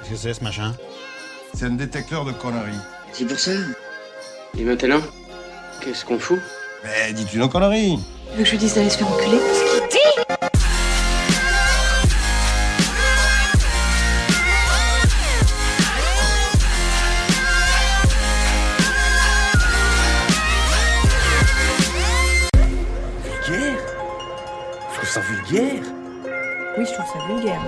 Qu'est-ce que c'est ce machin C'est un détecteur de conneries. C'est pour ça. Et maintenant Qu'est-ce qu'on fout Mais dis-tu nos conneries Tu veux que je lui dise d'aller se faire enculer Vulgaire Je trouve ça vulgaire Oui, je trouve ça vulgaire.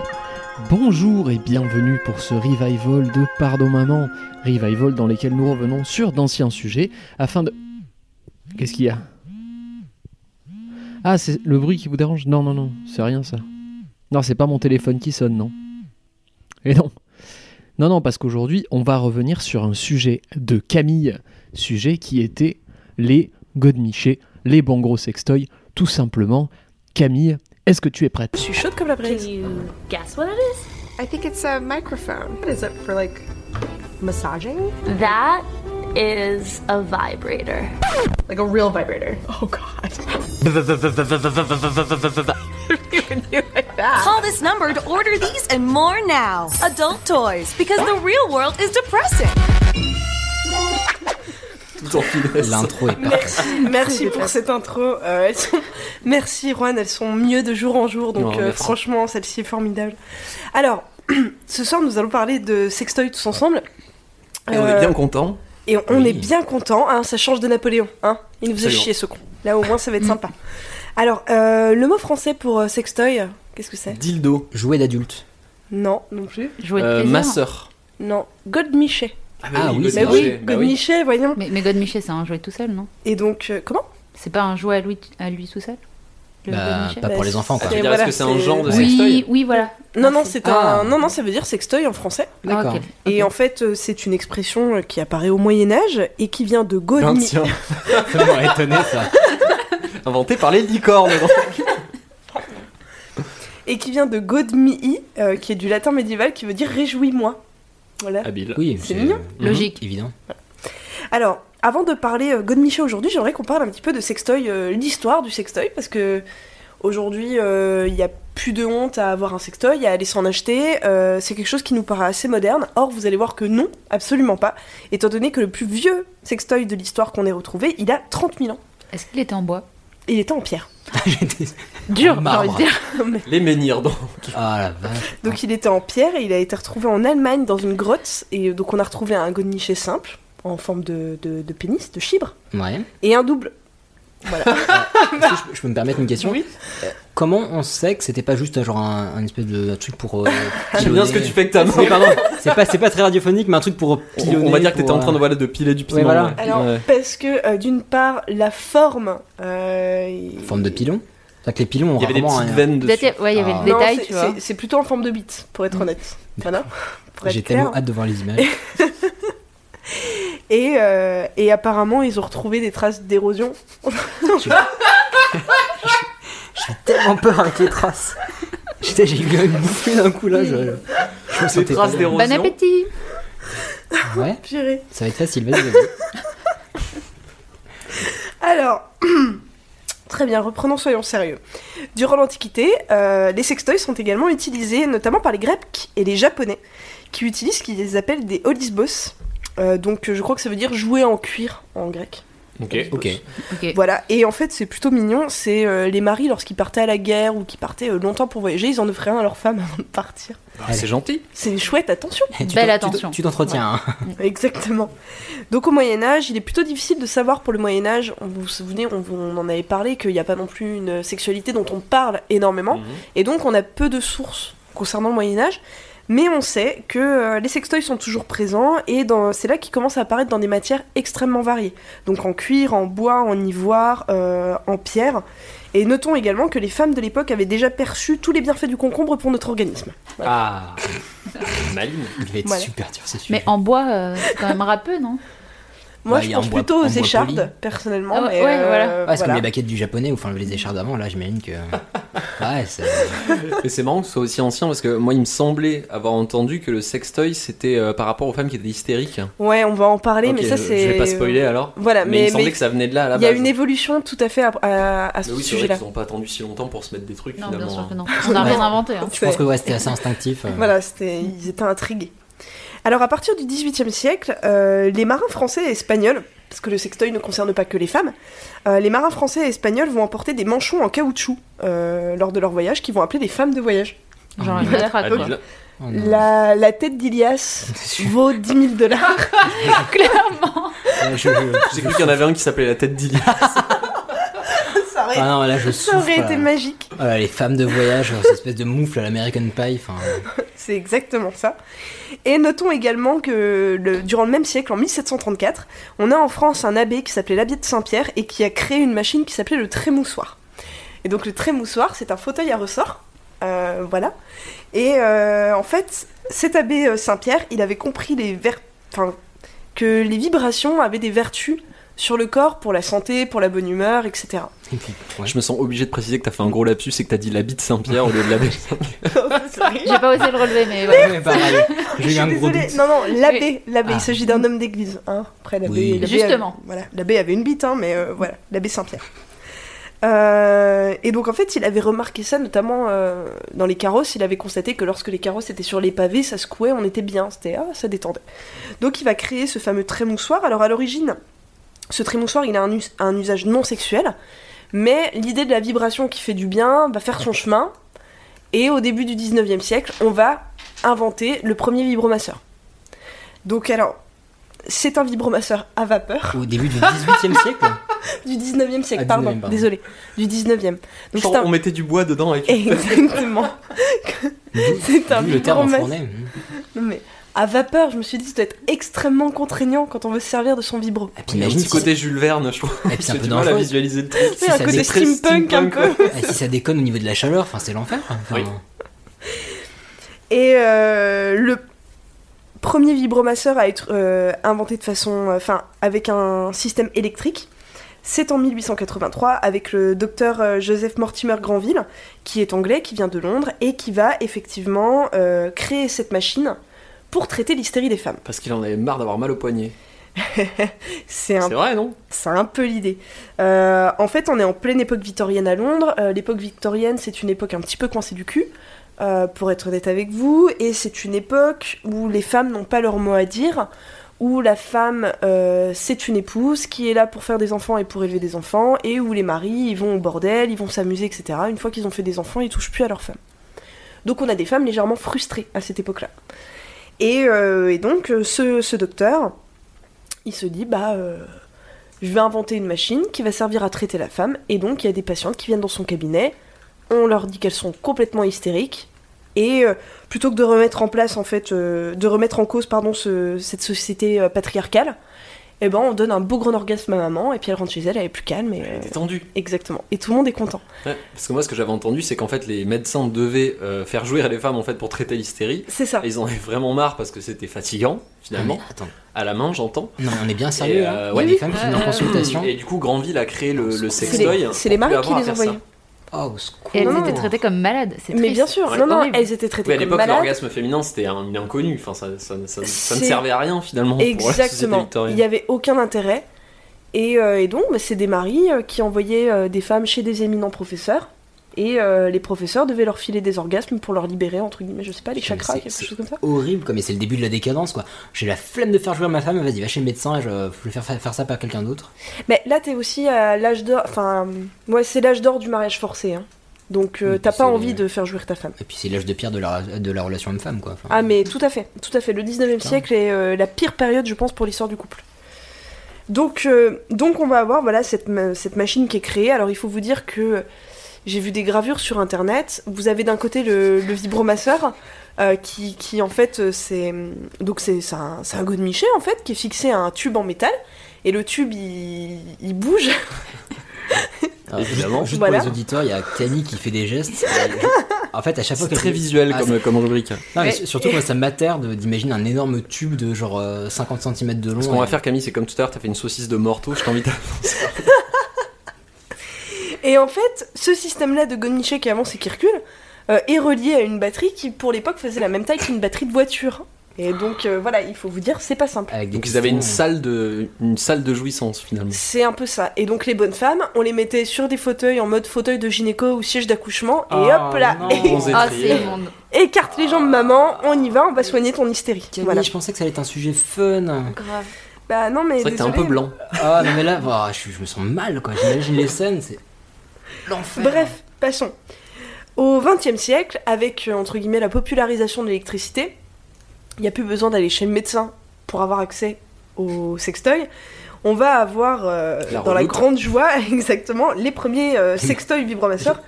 Bonjour et bienvenue pour ce revival de Pardon Maman, revival dans lequel nous revenons sur d'anciens sujets afin de... Qu'est-ce qu'il y a Ah, c'est le bruit qui vous dérange Non, non, non, c'est rien ça. Non, c'est pas mon téléphone qui sonne, non. Et non. Non, non, parce qu'aujourd'hui, on va revenir sur un sujet de Camille, sujet qui était les godemichés, les bons gros sextoys, tout simplement. Camille, est-ce que tu es prête Je suis chaude comme la braise. you guess what it is? I think it's a microphone. What is it for like massaging? That is a vibrator. Like a real vibrator. Oh god. Even you like that. Call this number to order these and more now. Adult toys, because the real world is depressing. L'intro est pas... Merci pour cette intro. euh, elles sont- Merci Juan, elles sont mieux de jour en jour, donc Non, euh, merci. franchement celle-ci est formidable. Alors, ce soir nous allons parler de sextoy tous ensemble. Euh, Et on est bien content. Et on Oui. est bien content, hein, ça change de Napoléon. Hein. Il nous faisait Absolument. chier ce con. Là au moins ça va être sympa. Alors, euh, le mot français pour euh, sextoy, euh, qu'est-ce que c'est Dildo, jouet d'adulte. Non, non plus. Jouer de Euh, plaisir. ma sœur. Non, Godmichet. Ah oui, Mais Bah oui, oui, bah oui. Godmichet, voyons. Mais, mais God Michel, c'est un jouet tout seul, non Et donc, euh, comment C'est pas un jouet à lui, à lui tout seul Le God Bah, Michel pas pour les enfants, quoi. Tu veux Et dire, voilà, est-ce que c'est un c'est- genre de Oui, sextoy oui, voilà. Non, non, Merci. c'est Ah. un... non, non, ça veut dire sextoy en français. Ah, D'accord. ok. Et en fait, euh, c'est une expression euh, qui apparaît au Moyen-Âge et qui vient de Ben, Godmi. tiens, Ça m'aurait étonné ça. inventé par les licornes. Et qui vient de Godmii, euh, qui est du latin médiéval qui veut dire réjouis-moi. Voilà. Habile. Oui, C'est mignon. Mhm. Logique. Évident. euh, euh, euh, Est-ce qu'il était en bois Il était en pierre. J'étais- Dur, j'ai Marbre. envie de dire. Les menhirs, donc. Ah la vache. Donc il était en pierre et il a été retrouvé en Allemagne dans une grotte. Et euh, donc on a retrouvé un godemiché simple, en forme de, de- de pénis, de chibre, Ouais. et un double. Voilà. Est-ce que je, je peux me permettre une question Oui. Euh, Comment on sait que c'était pas juste euh, genre un, un espèce de truc pour. euh, Ah, J'aime bien ce que tu fais avec ta main. Oui, pardon. C'est pas, c'est pas très radiophonique, mais un truc pour euh, On- pilonner. on va dire que pour, t'étais en train de, euh, voilà, de piler du piment. voilà. ouais. Alors Ouais. parce que euh, d'une part la forme... euh, Forme de pilon. C'est-à-dire que les pilons ont Il y avait des rarement petites un- veines dessus. Détail- Ouais, il y avait Ah. le Non, détail, c'est- tu vois. c'est- C'est plutôt en forme de bite, pour être honnête. Voilà. Pour être Mmh. J'ai clair. tellement hâte de voir les images. Et, euh, et apparemment, ils ont retrouvé des traces d'érosion. J'ai tellement peur avec les traces. J'étais, j'ai eu une bouffée d'un coup là. Je, je me Des sentais traces pas bien. Bon d'érosion. appétit Ouais, Purée. ça va être facile, vas-y. vas-y. Alors, très bien, reprenons, soyons sérieux. Durant l'Antiquité, euh, les sextoys sont également utilisés, notamment par les Grecs et les Japonais, qui utilisent ce qu'ils appellent des holisbos. Euh, donc, euh, je crois que ça veut dire jouer en cuir en grec. Ok. Ok. Ok. Voilà, et en fait, c'est plutôt mignon. C'est euh, les maris, lorsqu'ils partaient à la guerre ou qui partaient euh, longtemps pour voyager, ils en offraient un à leur femme avant de partir. Ah, C'est gentil. C'est chouette, attention! Eh, tu Belle t'en- tu t'en- attention. Tu t'entretiens. hein. Exactement. Donc au Moyen Âge, il est plutôt difficile de savoir pour le Moyen Âge, on vous vous souvenez, on, vous- on en avait parlé, qu'il n'y a pas non plus une sexualité dont on parle énormément, Mhm. et donc on a peu de sources concernant le Moyen Âge, mais on sait que euh, les sextoys sont toujours présents, et dans- c'est là qu'ils commencent à apparaître dans des matières extrêmement variées, donc en cuir, en bois, en ivoire, euh, en pierre, et notons également que les femmes de l'époque avaient déjà perçu tous les bienfaits du concombre pour notre organisme. Ah. Maline. Il va être Voilà. super dur ce sujet. Mais en bois, euh, c'est quand même râpeux, non Moi Bah, je il y a un pense bois- plutôt un aux bois poli. échardes, personnellement, Ah ouais, mais, ouais, euh, voilà. Ouais, c'est comme voilà. les baquettes du japonais, ou enfin les échardes d'avant, là j'imagine que. Ouais, c'est. Mais c'est marrant que ce soit aussi ancien parce que moi, il me semblait avoir entendu que le sextoy c'était euh, par rapport aux femmes qui étaient hystériques. Ouais, on va en parler, Ok, Eh, mais ça je- c'est. Je vais pas spoiler alors. Voilà, mais, mais, il me semblait mais que ça venait de là à la il y a base. une évolution tout à fait à, à- à Mais ce oui, c'est vrai sujet-là. qu'ils ont pas attendu si longtemps pour se mettre des trucs Non, bien finalement. sûr que non. On n'a rien inventé. hein. Je pense que ouais, c'était assez instinctif. euh. Voilà, c'était, ils étaient intrigués. Alors à partir du XVIIIe siècle, euh, les marins français et espagnols, parce que le sextoy ne concerne pas que les femmes, euh, les marins français et espagnols vont emporter des manchons en caoutchouc euh, lors de leur voyage qu'ils vont appeler des femmes de voyage. Genre une matraque, Ah, quoi. dis-le. Oh non. La, la tête d'Ilias vaut 10 000 dollars. Clairement. Là, je- je- J'ai cru qu'il y en avait un qui s'appelait la tête d'Ili. ça aurait, Ah non, là je ça souffre. aurait été là. magique. Oh là, les femmes de voyage, euh, cette espèce de moufle à l'American Pie. Enfin, C'est exactement ça. Et notons également que le- durant le même siècle, en 1734, on a en France un abbé qui s'appelait l'abbé de Saint-Pierre et qui a créé une machine qui s'appelait le trémoussoir. Et donc le trémoussoir, c'est un fauteuil à ressort. euh, voilà. Et euh, en fait, cet abbé euh, Saint-Pierre, il avait compris les ver- enfin, que les vibrations avaient des vertus sur le corps pour la santé, pour la bonne humeur, etc. et puis, ouais. Je me sens obligé de préciser que t'as fait un gros lapsus et que t'as dit la bite Saint-Pierre au lieu de la bête. J'ai pas osé le relever, mais voilà. Ouais, pareil. J'ai eu un Je suis gros désolée. doute. Non, non, l'abbé, l'abbé, Ah. il s'agit d'un homme d'église. Hein. Après, l'abbé, Oui. l'abbé Justement. avait- voilà, l'abbé avait une bite, hein, mais euh, voilà, l'abbé Saint-Pierre. Euh, et donc, en fait, il avait remarqué ça, notamment euh, dans les carrosses. Il avait constaté que lorsque les carrosses étaient sur les pavés, ça secouait, on était bien, c'était ah, ça détendait. Donc, il va créer ce fameux trémoussoir. Alors, à l'origine, ce trémoussoir, il a un, us- un usage non sexuel, mais l'idée de la vibration qui fait du bien va faire son chemin. Et au début du 19e siècle, on va inventer le premier vibromasseur. Donc alors, c'est un vibromasseur à vapeur Au début du 18 e siècle du 19e siècle, Ah, 19e, pardon, pardon. désolé, du 19e. Donc Genre, c'est un... on mettait du bois dedans avec une pelle. Exactement. c'est un D'où le terme en hein. vibromasseur. fournais. Non, mais à vapeur, je me suis dit, ça doit être extrêmement contraignant quand on veut se servir de son vibro. Et puis Il y a un imagine petit si- côté Jules Verne, je trouve. Et puis c'est un J'ai peu du mal à dangereux. visualiser le truc. Oui, ça un côté dé- très steampunk un steampunk, peu. Ah, si ça déconne au niveau de la chaleur, enfin c'est l'enfer. Enfin, Oui. Et euh, le premier vibromasseur à être euh, inventé de façon, enfin, avec un système électrique, c'est en 1883 avec le docteur euh, Joseph Mortimer Granville, qui est anglais, qui vient de Londres et qui va effectivement euh, créer cette machine pour traiter l'hystérie des femmes. Parce qu'il en avait marre d'avoir mal au poignet. C'est un C'est vrai, non C'est un peu l'idée. Euh, en fait, on est en pleine époque victorienne à Londres. Euh, L'époque victorienne, c'est une époque un petit peu coincée du cul, euh, pour être honnête avec vous, et c'est une époque où les femmes n'ont pas leur mot à dire, où la femme, euh, c'est une épouse qui est là pour faire des enfants et pour élever des enfants, et où les maris, ils vont au bordel, ils vont s'amuser, etc. Une fois qu'ils ont fait des enfants, ils touchent plus à leur femme. Donc on a des femmes légèrement frustrées à cette époque-là. Et, euh, et donc, euh, ce, ce docteur, il se dit, bah... euh, je vais inventer une machine qui va servir à traiter la femme, et donc il y a des patientes qui viennent dans son cabinet, on leur dit qu'elles sont complètement hystériques, et euh, plutôt que de remettre en place, en fait, euh, de remettre en cause, pardon, ce- cette société euh, patriarcale, eh ben on donne un beau grand orgasme à maman, et puis elle rentre chez elle, elle est plus calme, et... Elle était euh, tendue. Exactement. Et tout le monde est content. Ouais, parce que moi, ce que j'avais entendu, c'est qu'en fait, les médecins devaient euh, faire jouir les femmes en fait pour traiter l'hystérie. C'est ça. Et Ils en avaient vraiment marre parce que c'était fatigant, finalement. Ah, Attends, À la main, j'entends. non, on est bien sérieux hein. Et, là. euh, Il y a ouais, des oui. femmes qui viennent en Euh, consultation. Et du coup, Granville a créé le, le C'est les- sextoy. c'est les hein, pour plus maris qui avoir à les faire envoyaient. ça. Oh, au secours. Et elles Non, étaient non. traitées comme malades. C'est Mais triste. bien sûr, Ouais. non, non, Horrible. elles étaient Oui, traitées à comme l'époque, malades. l'orgasme féminin, c'était un, une inconnue. Enfin, ça, ça, ça- ça ne C'est- servait à rien, finalement, pour la société Exactement. Il victorienne. n'y avait aucun intérêt. Et, euh, et donc, bah, c'est des maris euh, qui envoyaient euh, des femmes chez des éminents professeurs. Et euh, les professeurs devaient leur filer des orgasmes pour leur libérer, entre guillemets, je sais pas, les C'est- chakras, c'est- quelque c'est- chose comme ça. Horrible, quoi, mais c'est le début de la décadence, quoi. J'ai la flemme de faire jouer à ma femme, vas-y, va chez le médecin et je vais le faire, faire ça par quelqu'un d'autre. Mais là, t'es aussi à l'âge d'or. Enfin, ouais, c'est l'âge d'or du mariage forcé. hein. Donc, euh, Oui, t'as c'est- pas envie de faire jouir ta femme. Et puis c'est l'âge de pierre de la, de la relation homme-femme, quoi. Enfin, Ah mais tout à fait, tout à fait. Le 19e Putain. siècle est euh, la pire période, je pense, pour l'histoire du couple. Donc, euh, donc on va avoir voilà cette, ma- cette machine qui est créée. Alors il faut vous dire que j'ai vu des gravures sur internet. Vous avez d'un côté le, le vibromasseur euh, qui, qui en fait euh, c'est donc c'est c'est un, c'est un godemiché en fait qui est fixé à un tube en métal et le tube il, il bouge. Alors, évidemment. Juste, juste Voilà. pour les auditeurs, il y a Camille qui fait des gestes. Et je- en fait, à chaque fois C'est que très visuel Ah, comme, comme rubrique. Non, mais Ouais. su- surtout, moi, ça m'atterre de- d'imaginer un énorme tube de genre euh, 50 cm de long. Ce qu'on va et- faire, Camille, c'est comme tout à l'heure, t'as fait une saucisse de morteau, je t'invite à... Et en fait, ce système-là de godemiché qui avance et qui recule euh, est relié à une batterie qui, pour l'époque, faisait la même taille qu'une batterie de voiture. Et donc, euh, voilà, il faut vous dire, c'est pas simple. Avec des Donc ils avaient une pistons, salle de, une salle de jouissance, finalement. C'est un peu ça. Et donc, les bonnes femmes, on les mettait sur des fauteuils en mode fauteuil de gynéco ou siège d'accouchement, et Oh hop là non. et- Bronzé Ah, trié. c'est immonde. Écarte les jambes, maman, on y va, on va soigner ton hystérie. Camille, Voilà. je pensais que ça allait être un sujet fun. Grave. Bah non, mais. C'est vrai que t'es un peu désolée. blanc. Ah, non, mais là, bah, je, suis- je me sens mal, quoi. J'imagine les scènes, c'est. Bah, Bref, passons. Au XXe siècle, avec euh, entre guillemets la popularisation de l'électricité, il n'y a plus besoin d'aller chez le médecin pour avoir accès au sextoy. On va avoir, euh, La dans la relouque. grande joie, exactement, les premiers euh, sextoys vibromasseurs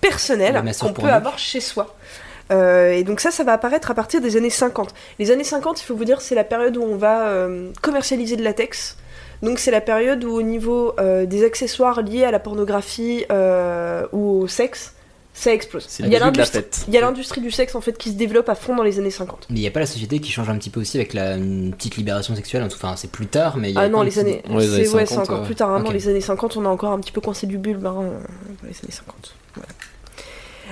personnels Vibromasseur qu'on pour peut nous. avoir chez soi. Euh, et donc ça, ça va apparaître à partir des années 50. Les années 50, il faut vous dire, c'est la période où on va euh, commercialiser de latex. Donc c'est la période où au niveau euh, des accessoires liés à la pornographie euh, ou au sexe, ça explose. C'est Il y a le début de la l'industrie- fête. il y a l'industrie du sexe en fait qui se développe à fond dans les années 50. Mais il n'y a pas la société qui change un petit peu aussi avec la, une petite libération sexuelle Enfin, c'est plus tard, mais. il y a Ah plein non, de les petites- années, Ouais, les années c'est ouais, c'est 50, encore ouais. plus tard. hein. Dans euh, Ok. les années 50, on a encore un petit peu coincé du bulbe hein, euh, dans les années 50. Voilà.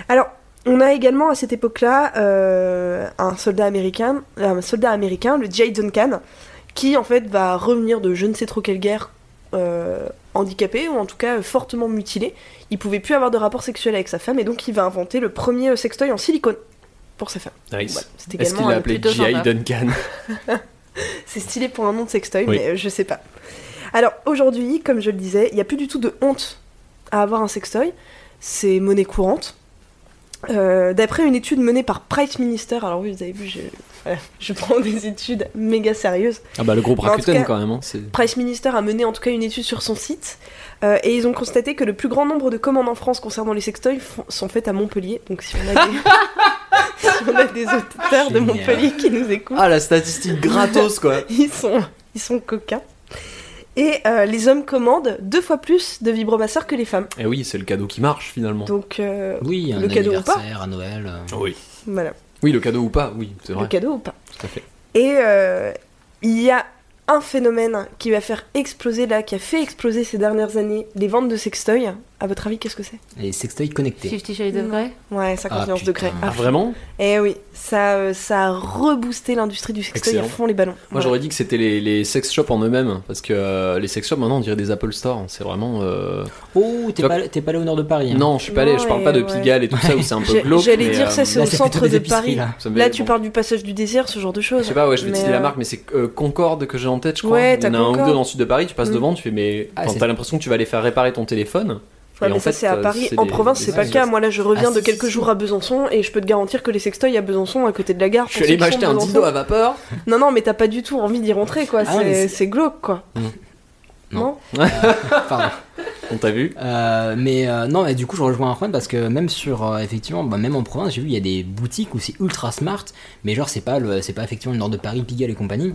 Alors, on a également à cette époque-là euh, un soldat américain, un soldat américain, le J. Duncan, qui en fait va revenir de je ne sais trop quelle guerre euh, handicapé ou en tout cas euh, fortement mutilé. Il pouvait plus avoir de rapport sexuel avec sa femme et donc il va inventer le premier euh, sextoy en silicone pour sa femme. Nice. Voilà. C'est Est-ce qu'il également l'a un- appelé plutôt G.I. sympa. Duncan c'est stylé pour un nom de sextoy, Oui. mais euh, je sais pas. Alors aujourd'hui, comme je le disais, il n'y a plus du tout de honte à avoir un sextoy. C'est monnaie courante. Euh, D'après une étude menée par Price Minister, alors oui, vous avez vu, je, voilà, je prends des études méga sérieuses. Ah bah le gros Mais en tout Rakuten cas- quand même. hein, c'est- Price Minister a mené en tout cas une étude sur son site euh, et ils ont constaté que le plus grand nombre de commandes en France concernant les sextoys font- sont faites à Montpellier. Donc si on a des, si on a des auteurs de Génial. Montpellier qui nous écoutent, Ah la statistique gratos quoi. ils sont, ils sont coquins. Et euh, les hommes commandent deux fois plus de vibromasseurs que les femmes. Et oui, c'est le cadeau qui marche finalement. Donc euh, Oui, un Le cadeau ou pas anniversaire, à Noël. euh. Oui. voilà, Oui, le cadeau ou pas, oui, c'est le vrai. cadeau ou pas. Tout à fait. Et euh, il y a un phénomène qui va faire exploser là, qui a fait exploser ces dernières années les ventes de sextoys. À votre avis, qu'est-ce que c'est Les sextoys connectés. Fifty Shades of Grey Ouais, 51 Ah, degrés. putain. Ah vraiment Eh oui, ça, euh, ça a reboosté l'industrie du sextoy à Excellent. fond les ballons. Moi Voilà. j'aurais dit que c'était les, les sex shops en eux-mêmes, parce que euh, les sex shops maintenant on dirait des Apple Store, hein, c'est vraiment... euh, Oh, t'es Donc- pas, t'es pas allé au nord de Paris. hein. Non, je suis pas allé, Non, je parle et pas de ouais. Pigalle et tout ça où c'est un peu J'ai- glauque. J'allais mais, dire, ça euh, c'est là, au c'est plutôt centre des de épiceries, Paris. Là, là. ça me- tu bon. parles du passage du désert, ce genre de choses. Je sais pas, ouais, je vais te Mais, citer la euh, marque, mais c'est euh, Concorde que j'ai en tête, je crois. Ouais, Il y t'as en a un ou Concorde. deux dans le sud de Paris, tu passes Mm. devant, tu fais mais. Ah, enfin, c'est- t'as l'impression que tu vas aller faire réparer ton téléphone. Ouais, Et mais en ça fait, c'est à euh, Paris. c'est En des- province des c'est pas le images. cas. Moi là je reviens Ah, de si, quelques si, jours à Besançon et je peux te garantir que les sextoys à Besançon à côté de la gare. Je pour suis allé ceux qui m'acheter sont un de dildo Besançon- à vapeur. Non non mais t'as pas du tout envie d'y rentrer quoi. Ah, mais C'est c'est- c'est glauque quoi. Mm. Non. Non. Pardon. On t'a vu Euh, mais euh, non, mais du coup, je rejoins Juan parce que même sur, euh, effectivement, bah, même en province, j'ai vu, il y a des boutiques où c'est ultra smart, mais genre, c'est pas, le- c'est pas effectivement le nord de Paris, Pigalle et compagnie.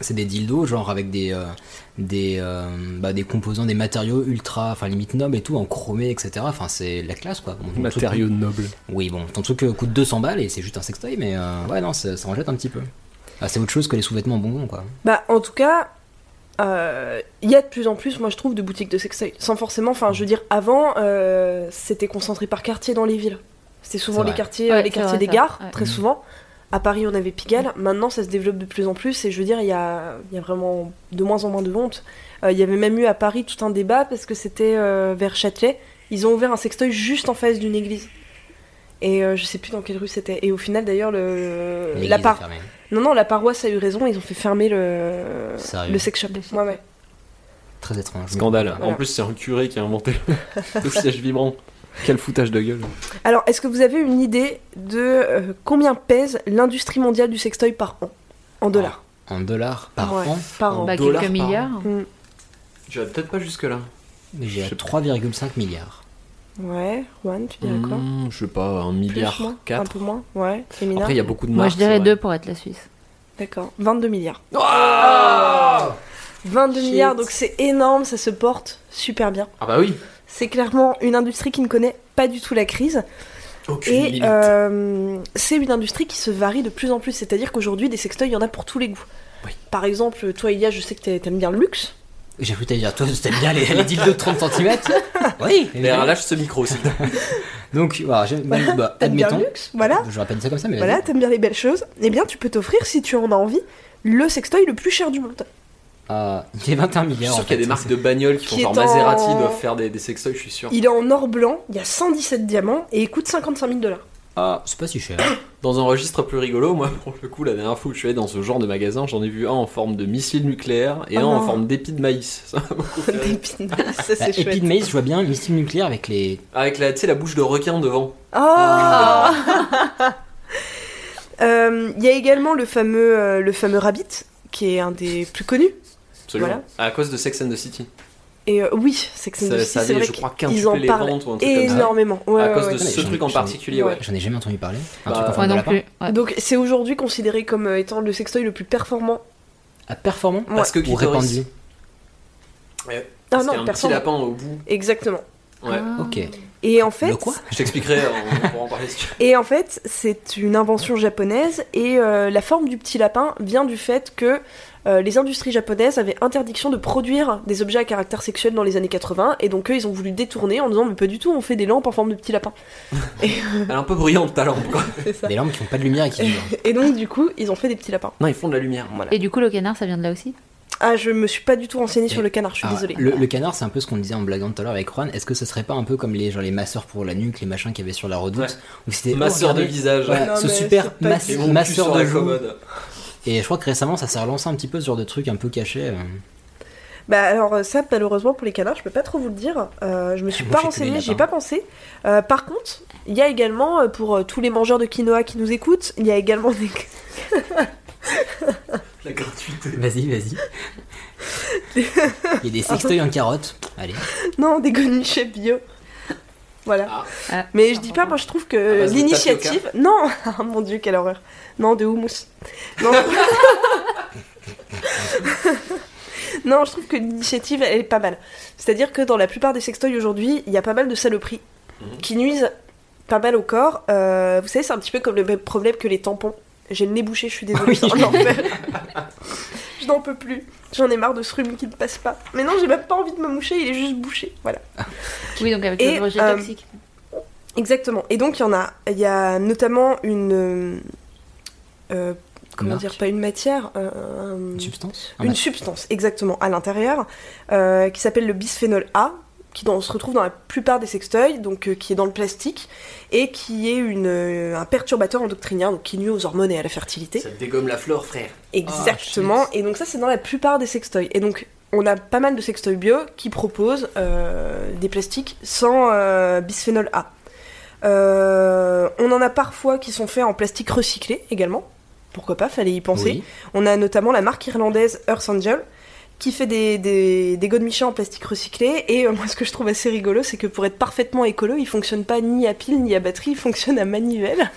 C'est des dildos, genre avec des, euh, des, euh, bah, des composants, des matériaux ultra, enfin limite nobles et tout, en chromé, etc. Enfin, c'est la classe quoi. Bon, ton truc- Matériaux nobles. oui, bon, ton truc euh, coûte 200 balles et c'est juste un sextoy, mais euh, ouais, non, ça, ça en jette un petit peu. Ah, c'est autre chose que les sous-vêtements bonbons quoi. Bah, en tout cas, euh, il y a de plus en plus, moi je trouve, de boutiques de sextoy. Sans forcément, enfin, je veux dire, avant, euh, c'était concentré par quartier dans les villes. C'était souvent C'est les vrai. quartiers, Ouais, les c'est quartiers vrai, des ça. gares, Ouais. très Mhm. souvent. À Paris, on avait Pigalle. Maintenant, ça se développe de plus en plus, et je veux dire, il y a, il y a vraiment de moins en moins de honte. Euh, Il y avait même eu à Paris tout un débat parce que c'était euh, vers Châtelet. Ils ont ouvert un sextoy juste en face d'une église. Et euh, je sais plus dans quelle rue c'était. Et au final, d'ailleurs, le... L'église la, est par- fermée. non, non, la paroisse a eu raison, ils ont fait fermer le, Sérieux le sex shop. Le sex Ouais, ouais. Très étrange. Scandale. En Voilà. plus, c'est un curé qui a inventé le- le siège vibrant. Quel foutage de gueule. Alors, est-ce que vous avez une idée de euh, combien pèse l'industrie mondiale du sextoy par an En dollars. En dollars Ah, par Ouais, an. Par an. Mm. Bah, dollars quelques par an. milliards. Tu vas peut-être pas jusque-là. Mais j'ai à Je sais 3,5 milliards. Ouais, Juan, tu Mm, dirais quoi Hmm, je sais pas, un Plus, milliard moins Un 4. peu moins Ouais, féminin. Après, il y a beaucoup de marques. Moi, je dirais c'est vrai. deux pour être la Suisse. D'accord, 22 milliards. Oh 22 milliards, donc c'est énorme, ça se porte super bien. Ah bah oui. C'est clairement une industrie qui ne connaît pas du tout la crise. Aucune Et limite. euh, c'est une industrie qui se varie de plus en plus. C'est-à-dire qu'aujourd'hui, des sextoys, il y en a pour tous les goûts. Oui. Par exemple, toi, Ilia, je sais que t'a- t'aimes bien le luxe. J'ai cru que t'allais dire, toi, t'aimes bien les, les dildos de 30 cm Eh Oui D'ailleurs, lâche ce micro aussi. Donc, voilà, j'ai- bah, bah, T'aimes bien admettons. le luxe, voilà. Je rappelle ça comme ça, mais Voilà, vas-y. t'aimes bien les belles choses. Eh bien, tu peux t'offrir, si tu en as envie, le sextoy le plus cher du monde. Ah, il est 21 milliards. Je suis en sûr qu'il y a fait, des marques c'est- de bagnoles qui font Qui genre est en- Maserati doivent faire des, des sextoys, je suis sûr. Il est en or blanc, il y a 117 diamants et il coûte 55 000 dollars. Ah, c'est pas si cher. Dans un registre plus rigolo, moi, pour le coup, la dernière fois où je suis allé dans ce genre de magasin, j'en ai vu un en forme de missile nucléaire et Oh un en non. forme d'épi de maïs. Ça m'a beaucoup fait rire. Des pinards, ça Bah, c'est épi chouette. de maïs, je vois bien, missile nucléaire avec les. Avec la, tu sais, la bouche de requin devant. Oh Euh, Il y a également le fameux, euh, le fameux Rabbit, qui est un des plus connus. Absolument. Voilà. À cause de Sex and the City. Et euh, oui, c'est que Ça, ça c'est avait, vrai je crois, qu'ils en quintuplé les parlent ventes ou un truc comme ça. énormément. Ouais, à ouais, cause ouais. de ce Ouais, truc j'en en ai- particulier, ouais. J'en ai jamais entendu parler. Un Bah, truc en Moi Moi forme de non lapin. plus. ouais. Donc c'est aujourd'hui considéré comme euh, étant le sextoy le plus performant. Ah, performant Parce que Ou clitoris. répandu Ah Parce qu'il y a non, un petit performant. lapin au bout. Exactement. Ouais. Ok. Ah. Et en fait, Le quoi Je t'expliquerai, on pourra en parler si tu veux. Et en fait, c'est une invention japonaise et euh, la forme du petit lapin vient du fait que euh, les industries japonaises avaient interdiction de produire des objets à caractère sexuel dans les années 80 et donc eux ils ont voulu détourner en disant mais pas du tout, on fait des lampes en forme de petit lapin. Elle est un peu brillante ta lampe, quoi. Des lampes qui font pas de lumière et qui vibrent. Et donc du coup, ils ont fait des petits lapins. Non, ils font de la lumière. Et du coup, le canard, ça vient de là aussi Ah, je me suis pas du tout renseignée sur le canard, je suis Ah, désolée. Le, le canard, c'est un peu ce qu'on disait en blaguant tout à l'heure avec Juan. Est-ce que ce serait pas un peu comme les, genre, les masseurs pour la nuque, les machins qu'il y avait sur la redoute Ouais. où c'était, Masseur oh, de regardez, visage. voilà, Non, ce mais super c'est pas masse- Et mon cul masseur sur de la joue. commode. Et je crois que récemment, ça s'est relancé un petit peu ce genre de truc un peu caché. euh. Bah alors euh, ça, malheureusement pour les canards, je peux pas trop vous le dire. Euh, je me suis Ah, Moi, pas je connais renseignée, les j'y ai pas pensé. Euh, par contre, il y a également euh, pour euh, tous les mangeurs de quinoa qui nous écoutent, il y a également des La gratuité. Vas-y, vas-y. Il y a des sextoys en carotte. Allez. Non, des godemichets bio. Voilà. Ah. Mais je dis pas, moi je trouve À que base de l'initiative. Non Ah, Mon dieu, quelle horreur Non, de houmous. Non, Non, je trouve que l'initiative, elle est pas mal. C'est-à-dire que dans la plupart des sextoys aujourd'hui, il y a pas mal de saloperies Mhm. qui nuisent pas mal au corps. Euh, vous savez, c'est un petit peu comme le même problème que les tampons. J'ai le nez bouché, je suis désolée. Oui. c'est un enfer. je n'en peux plus. J'en ai marre de ce rhume qui ne passe pas. Mais non, j'ai même pas envie de me moucher, il est juste bouché. Voilà. Oui, donc avec Et, le rejet euh, toxique. Exactement. Et donc, il y en a. Il y a notamment une. euh, euh, comment Marque. dire Pas une matière. euh, Une substance Ah, une bah, substance, exactement, à l'intérieur, euh, qui s'appelle le bisphénol A, qui dans- se retrouve dans la plupart des sextoys, donc euh, qui est dans le plastique, et qui est une, euh, un perturbateur endocrinien, donc qui nuit aux hormones et à la fertilité. Ça te dégomme la flore, frère. Exactement. et donc ça, c'est dans la plupart des sextoys. Et donc, on a pas mal de sextoys bio qui proposent euh, des plastiques sans euh, bisphénol A. Euh, on en a parfois qui sont faits en plastique recyclé également. Pourquoi pas, fallait y penser. oui. On a notamment la marque irlandaise Earth Angel qui fait des, des, des godemichets en plastique recyclé. Et euh, moi, ce que je trouve assez rigolo, c'est que pour être parfaitement écolo, ils fonctionnent pas ni à pile ni à batterie, ils fonctionnent à manivelle.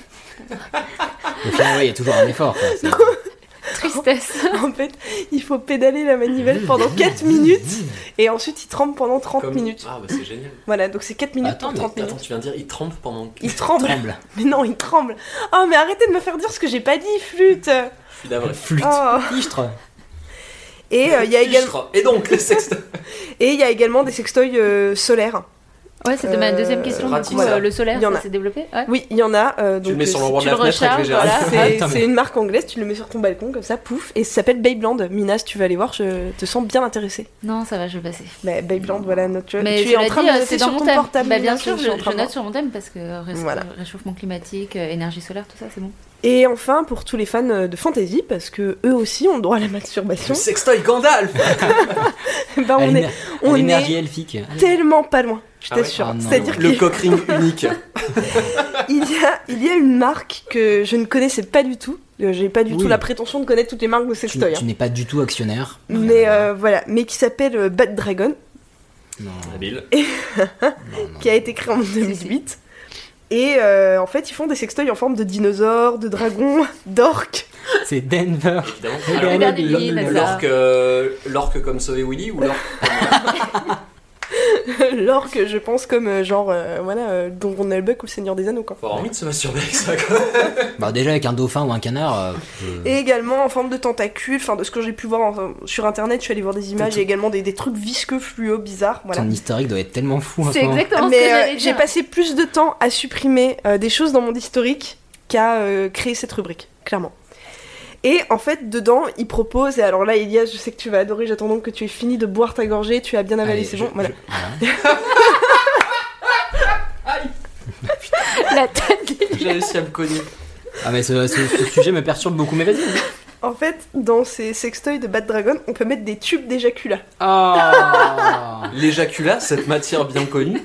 Au final, ouais, il y a toujours un effort. quoi. C'est- Tristesse. en fait, il faut pédaler la manivelle pendant 4 minutes et ensuite ils trempent pendant 30 Comme- minutes. Ah, bah c'est génial. Voilà, donc c'est 4 minutes Attends, pour mais 30 minutes. Attends, tu viens de dire, il trempe pendant. Ils tremblent, Tremble. mais non, ils tremblent. Oh, mais arrêtez de me faire dire ce que j'ai pas dit, flûte. Je suis d'avril. Flûte. Oh. Fichtre. Et euh, il y a également Fichtre. Et donc, les sextes. et il y a également des sextoys euh, solaires. Ouais, c'était ma deuxième Euh, question. Du pratique, coup, ça. euh, le solaire, Il y en ça a. s'est développé Ouais. Oui, il y en a. euh, Tu donc le mets euh, sur si l'endroit de Ah, tu la le fenêtre avec recharges, Gérard. voilà. C'est Attends, mais- c'est une marque anglaise, tu le mets sur ton balcon comme ça, pouf, et ça s'appelle Babeland. Mina, si tu veux aller voir, je te sens bien intéressée. Non, ça va, je vais passer. Mais Babeland, voilà notre. Mais tu es cela en train dit, de euh, noter c'est sur dans ton mon thème. portable. Bah, Mina, bien je sûr, suis je, en train je de note sur mon thème parce que ré- Voilà. réchauffement climatique, euh, énergie solaire, tout ça, c'est bon. voir. Et enfin, pour tous les fans euh, de fantasy, parce que eux aussi ont le droit à la masturbation, Le sextoy Gandalf bah on est, on L'énergie est elfique. tellement pas loin, je Ah ouais t'assure. Ah non. C'est-à-dire Le qu'il cock ring unique. il y, a, il y a une marque que je ne connaissais pas du tout. Euh, J'ai pas du Oui. tout la prétention de connaître toutes les marques de Tu, sextoy. hein. tu n'es pas du tout actionnaire. Mais euh, voilà, mais qui s'appelle euh, Bad Dragon. Non, Habile. non, non. qui a été créé en 2008. Et euh, en fait, ils font des sextoys en forme de dinosaures, de dragons, d'orques. C'est Denver. Évidemment. Le Alors, dernier le- billet, le- là. L'orque euh, l'orque comme Sauvé Willy ou l'orque L'orque, je pense, comme euh, genre, euh, voilà, euh, Don Rondelbuck ou le Seigneur des Anneaux, quoi. Faut avoir envie de se masturber avec ça, quoi. Bah, déjà, avec un dauphin ou un canard. euh, je- Et également en forme de tentacules, enfin de ce que j'ai pu voir en- sur internet, je suis allée voir des images, il y a également des, des trucs visqueux, fluo, bizarres, voilà. Ton historique doit être tellement fou hein. en C'est ce moment. exactement ce que Mais euh, j'allais dire. j'ai passé plus de temps à supprimer euh, des choses dans mon historique qu'à euh, créer cette rubrique, clairement. Et en fait, dedans, il propose, et alors là, Elias, je sais que tu vas adorer, j'attends donc que tu aies fini de boire ta gorgée, tu as bien avalé, Allez, c'est je- bon, voilà. je- voilà. La tête des- J'ai réussi à me cogner. Ah, mais ce, ce- ce sujet me perturbe beaucoup, mais vas-y. En fait, dans ces sextoys de Bad Dragon, on peut mettre des tubes d'éjaculat. Ah L'éjaculat, cette matière bien connue.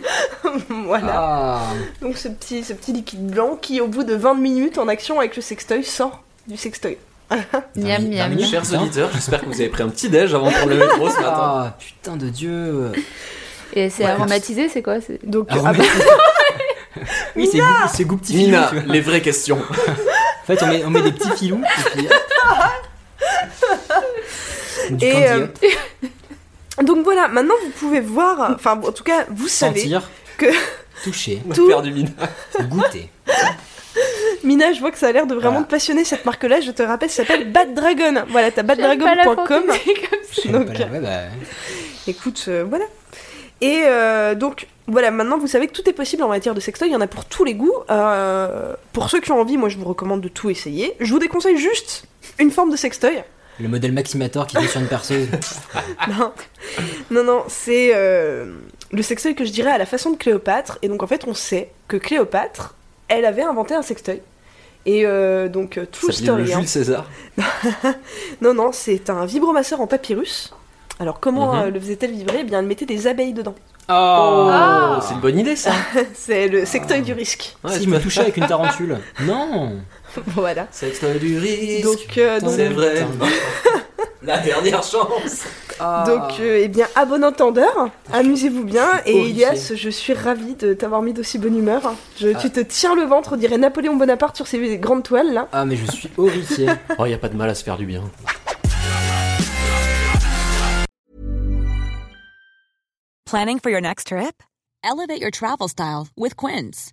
voilà. Ah Donc ce petit, ce petit liquide blanc qui, au bout de 20 minutes en action avec le sextoy, sort du sextoy. Miam, Vingt mi- miam. vingt minutes, Chers putain. auditeurs, j'espère que vous avez pris un petit déj avant de prendre le métro ce matin. Ah, putain de dieu Et c'est Ouais. aromatisé, c'est quoi c'est- Donc, Ah, ah bah. mais- Oui, c'est goût, c'est goût petit filou, Nina, tu vois. les vraies questions. En fait, on met, on met des petits filous, et puis... Ou Du Et, candy, euh, hop. bah, donc voilà, maintenant vous pouvez voir, euh, enfin en tout cas vous savez, sentir, toucher, On a Tout- perdu Nina. goûter. Mina je vois que ça a l'air de vraiment Voilà. te passionner cette marque-là, je te rappelle, ça s'appelle Bad Dragon. Voilà, t'as J'aime pas la baddragon.com. fantaisie comme ça. Je sais Donc, pas, là, ouais, bah, Écoute, euh, voilà. Et euh, donc, voilà, maintenant vous savez que tout est possible en matière de sextoy, il y en a pour tous les goûts. Euh, pour ceux qui ont envie, moi je vous recommande de tout essayer. Je vous déconseille juste une forme de sextoy. le modèle Maximator qui est sur une perceuse. non, non, non, c'est euh, le sextoy que je dirais à la façon de Cléopâtre. Et donc en fait, on sait que Cléopâtre, elle avait inventé un sextoy. Et euh, donc, euh, tout Ça vient le historien. Jules César. Non, non, c'est un vibromasseur en papyrus. Alors comment Mhm. euh, le faisait-elle vibrer Eh bien, elle mettait des abeilles dedans. Oh, Ah. Oh, c'est une bonne idée ça. C'est le sextoy Ah. du risque. Ouais, S'il je me peux- touchait avec une tarentule. Non voilà. Sextoy du risque. Donc, euh, donc- C'est vrai. Putain. La dernière chance. Ah. Donc, euh, eh bien, à bon entendeur, amusez-vous bien. suis Et horrifié. Ilias, je suis ravie de t'avoir mis d'aussi bonne humeur. Je- Ah. Tu te tires le ventre, on dirait Napoléon Bonaparte sur ses grandes toiles, là. Ah, mais je suis horrifié. Oh, y a pas de mal à se faire du bien. Planning for your next trip? Elevate your travel style with Quince.